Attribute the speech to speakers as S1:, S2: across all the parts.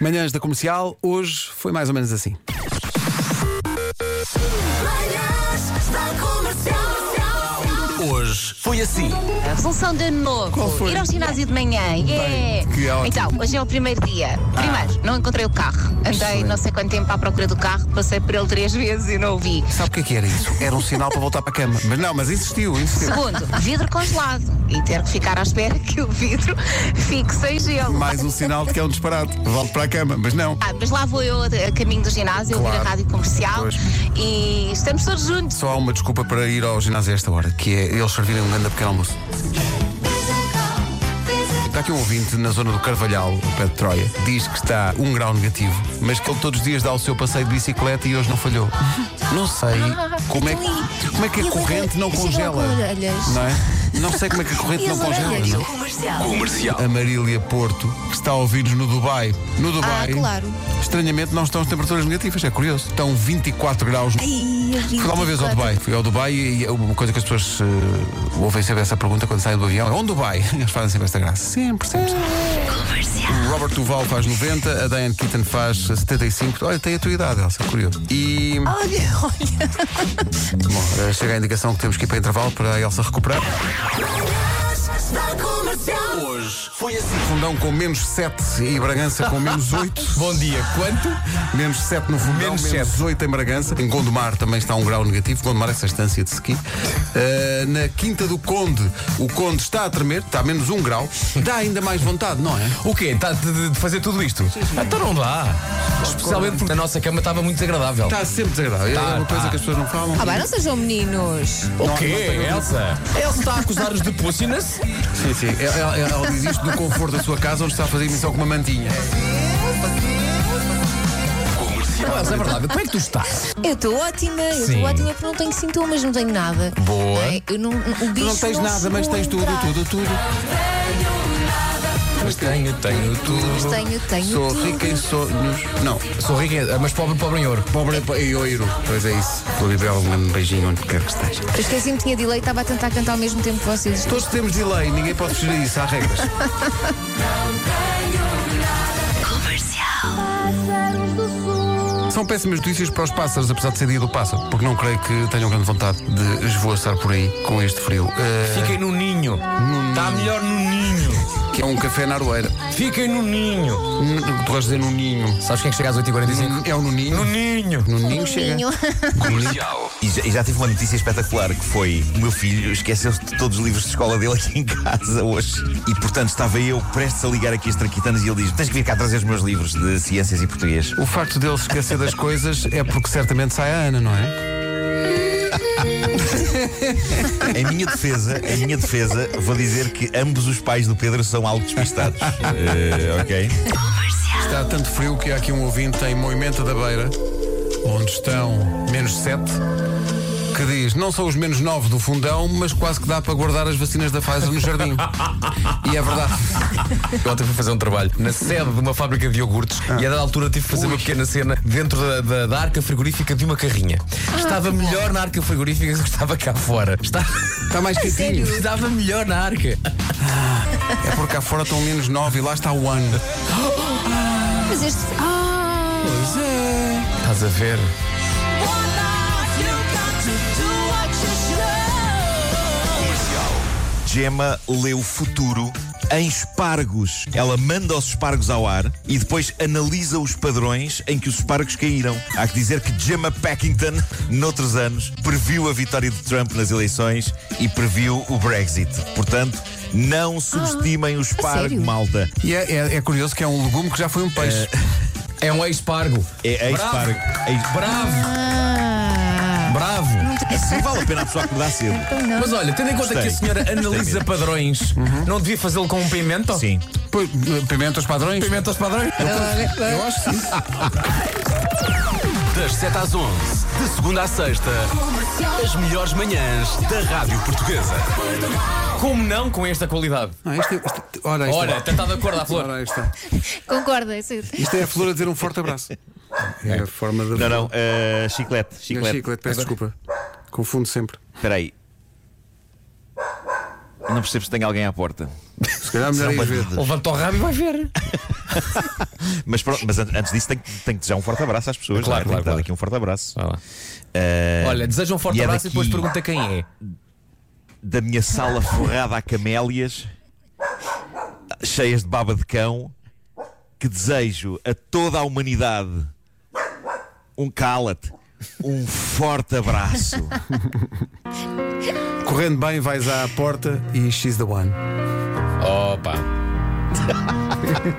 S1: Manhãs da comercial, hoje foi mais ou menos assim.
S2: Manhãs da Comercial.
S3: Hoje foi assim.
S4: A resolução de ano
S1: Qual
S4: novo.
S1: foi?
S4: Ir ao ginásio de manhã. Yeah.
S1: que ótimo. Ah.
S4: Então, hoje é o primeiro dia. Primeiro, não encontrei o carro. Andei não sei quanto tempo à procura do carro, passei por ele três vezes e não o vi.
S1: Sabe o que é que era isso? Era um sinal para voltar para a cama. Mas não, mas insistiu, insistiu.
S4: Segundo, vidro congelado. E ter que ficar à espera que o vidro fique sem gelo.
S1: Mais um sinal de que é um disparate. Volte para a cama, mas não.
S4: Ah, mas lá vou eu a caminho do ginásio, ouvir
S1: Claro.
S4: a rádio comercial
S1: Pois.
S4: e estamos todos juntos.
S1: Só há uma desculpa para ir ao ginásio a esta hora, que é eles servirem um grande pequeno almoço. Está aqui um ouvinte na zona do Carvalhal, o pé de Troia, diz que está um grau negativo, mas que ele todos os dias dá o seu passeio de bicicleta e hoje não falhou. Não sei como é, que- como é que a corrente não congela. Não é? Não sei como é que a corrente não congela. não. é?
S3: Comercial.
S1: A Marília Porto, que está a ouvir-nos no Dubai. No Dubai,
S5: claro.
S1: estranhamente, não estão as temperaturas negativas, é curioso. Estão 24 graus. Fui lá uma vez ao Dubai. Fui ao Dubai e e uma coisa que as pessoas eh, ouvem sempre essa pergunta quando saem do avião é onde Dubai? Eles fazem sempre esta graça. Sempre, sempre. sempre. O Robert Duval faz 90, a Diane Keaton faz 75. Olha, tem a tua idade, Elsa, curioso. E. Olha, olha. Bom, eh, chega a indicação que temos que ir para intervalo para a Elsa recuperar.
S2: Manhãs da Comercial.
S3: Hoje foi assim.
S1: Fundão com menos 7 e Bragança com menos 8.
S6: Bom dia, quanto?
S1: Menos 7 no Fundão, menos,
S6: Menos
S1: 8 em Bragança. Em Gondomar também está um grau negativo. Gondomar é essa estância de ski. Uh, na Quinta do Conde, o Conde está a tremer, está a menos 1 grau. Dá ainda mais vontade, não é?
S6: O quê? Tá de, de fazer tudo isto? Então não dá. Especialmente porque a nossa cama estava muito desagradável.
S1: Está sempre desagradável. é
S6: Tá,
S1: uma coisa
S6: tá.
S1: que as pessoas não falam.
S5: Ah, bem, não sejam meninos.
S6: O quê, Elsa? Elsa está a acusar-nos de pussiness?
S1: Sim, sim. Ela, ela- ela diz isto do conforto da sua casa, onde está a fazer emissão com uma mantinha.
S6: Não, Elsa, é verdade. Como é que tu estás?
S5: Eu estou ótima, eu
S6: Sim.
S5: estou ótima porque não tenho sintomas, não tenho nada. Não
S6: Boa.
S5: é? Eu não, o
S1: Tu
S5: bicho
S1: não tens nada, mas
S5: chegou
S1: tens
S5: a
S1: tudo,
S5: entrar.
S1: tudo, tudo.
S6: Mas tenho, tenho
S5: Mas
S6: tudo.
S5: tenho, tenho
S1: Sou
S5: tudo.
S1: rica em sonhos. Não,
S6: Sou rica, mas pobre, pobre em ouro.
S1: pobre e oiro. Pois é isso. Floribel, um grande beijinho onde quer que esteja.
S5: Eu esqueci-me que tinha delay e estava a tentar cantar ao mesmo tempo que vocês.
S1: Todos temos delay, ninguém pode fugir disso, há regras. São péssimas notícias para os pássaros, apesar de ser dia do pássaro, porque não creio que tenham grande vontade de esvoaçar por aí com este frio. Eh,
S6: Fiquem no ninho. Está melhor no ninho.
S1: que é um café na aroeira.
S6: Fiquem no ninho.
S1: N- Tu vais dizer no ninho.
S6: Sabes quem é que chega às 8h45?
S1: É o
S6: No
S1: Nuninho.
S6: ninho.
S1: No ninho chega.
S5: Ninho.
S3: Comercial.
S7: E já, e já tive uma notícia espetacular que foi: o meu filho esqueceu-se de todos os livros de escola dele aqui em casa hoje. E portanto estava eu prestes a ligar aqui as traquitanas e ele diz: Tens que vir cá trazer os meus livros de ciências e português.
S1: O facto dele se esquecer das coisas é porque certamente sai a Ana, não é?
S7: Em minha defesa, em minha defesa, vou dizer que ambos os pais do Pedro são algo despistados. Eh, ok?
S1: Está tanto frio que há aqui um ouvinte em Moimenta da Beira, onde estão menos 7, que diz: não são os menos 9 do fundão, mas quase que dá para guardar as vacinas da Pfizer no jardim. e é verdade.
S6: Eu ontem fui fazer um trabalho na sede de uma fábrica de iogurtes
S7: Ah.
S6: e a dada altura tive que fazer uma pequena cena dentro da, da- da arca frigorífica de uma carrinha. estava melhor na arca frigorífica do que estava cá fora. Estava,
S7: Tá
S1: Está mais quentinho.
S6: estava melhor na arca.
S1: É porque cá fora estão menos 9 e lá está o ano.
S5: Mas este. Ah!
S6: Estás a ver?
S7: Gemma lê o futuro em espargos. Ela manda os espargos ao ar e depois analisa os padrões em que os espargos caíram. Há que dizer que Gemma Packington, noutros anos, previu a vitória de Trump nas eleições e previu o Brexit. Portanto, não subestimem o espargo,
S5: sério?
S7: malta.
S1: E é, é- é curioso que é um legume que já foi um peixe.
S6: É um ex-pargo.
S7: É, é
S6: Bravo.
S7: espargo. É-
S6: Bravo,
S5: Ah!
S6: bravo.
S7: É, sim, vale a pena a pessoa acordar cedo.
S6: Mas olha, tendo em conta
S7: Gostei.
S6: que a senhora analisa
S7: mesmo.
S6: padrões, não devia fazê-lo com um pimento?
S7: Sim.
S1: Pois, Pimenta os padrões.
S6: Pimenta aos padrões?
S1: Eu acho que sim.
S3: Das 7 às 11, de segunda à sexta, as melhores manhãs da Rádio Portuguesa.
S6: Como não com esta qualidade?
S1: Ah, isto, é- isto- ora, isto,
S6: Olha, está de acordo à flor.
S1: ora, isto, é-
S5: Concorda, é certo.
S1: isto é a flor a dizer um forte abraço. É a forma de.
S7: Não, não. eh, chiclete.
S1: É
S7: Chiclete.
S1: chiclete, peço desculpa. Confundo sempre.
S7: Espera aí. Não percebo se tem alguém à porta.
S1: Se calhar é melhor ir ver.
S6: Levanta o rabo e vai ver.
S7: Mas, pronto, mas an- antes disso, tenho, tenho que desejar um forte abraço às pessoas.
S6: Claro,
S7: não
S6: claro,
S7: é? Tenho que dar
S6: claro.
S7: aqui um forte abraço.
S6: Vai lá.
S7: Eh,
S6: Olha, deseja um forte
S7: e é
S6: abraço e depois
S7: daqui-
S6: pergunta quem é.
S7: da minha sala forrada a camélias, cheias de baba de cão, que desejo a toda a humanidade um cala-te, um forte abraço.
S1: Correndo bem, vais à porta e she's the one.
S6: Opa.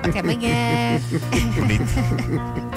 S5: Até amanhã.
S7: Bonito.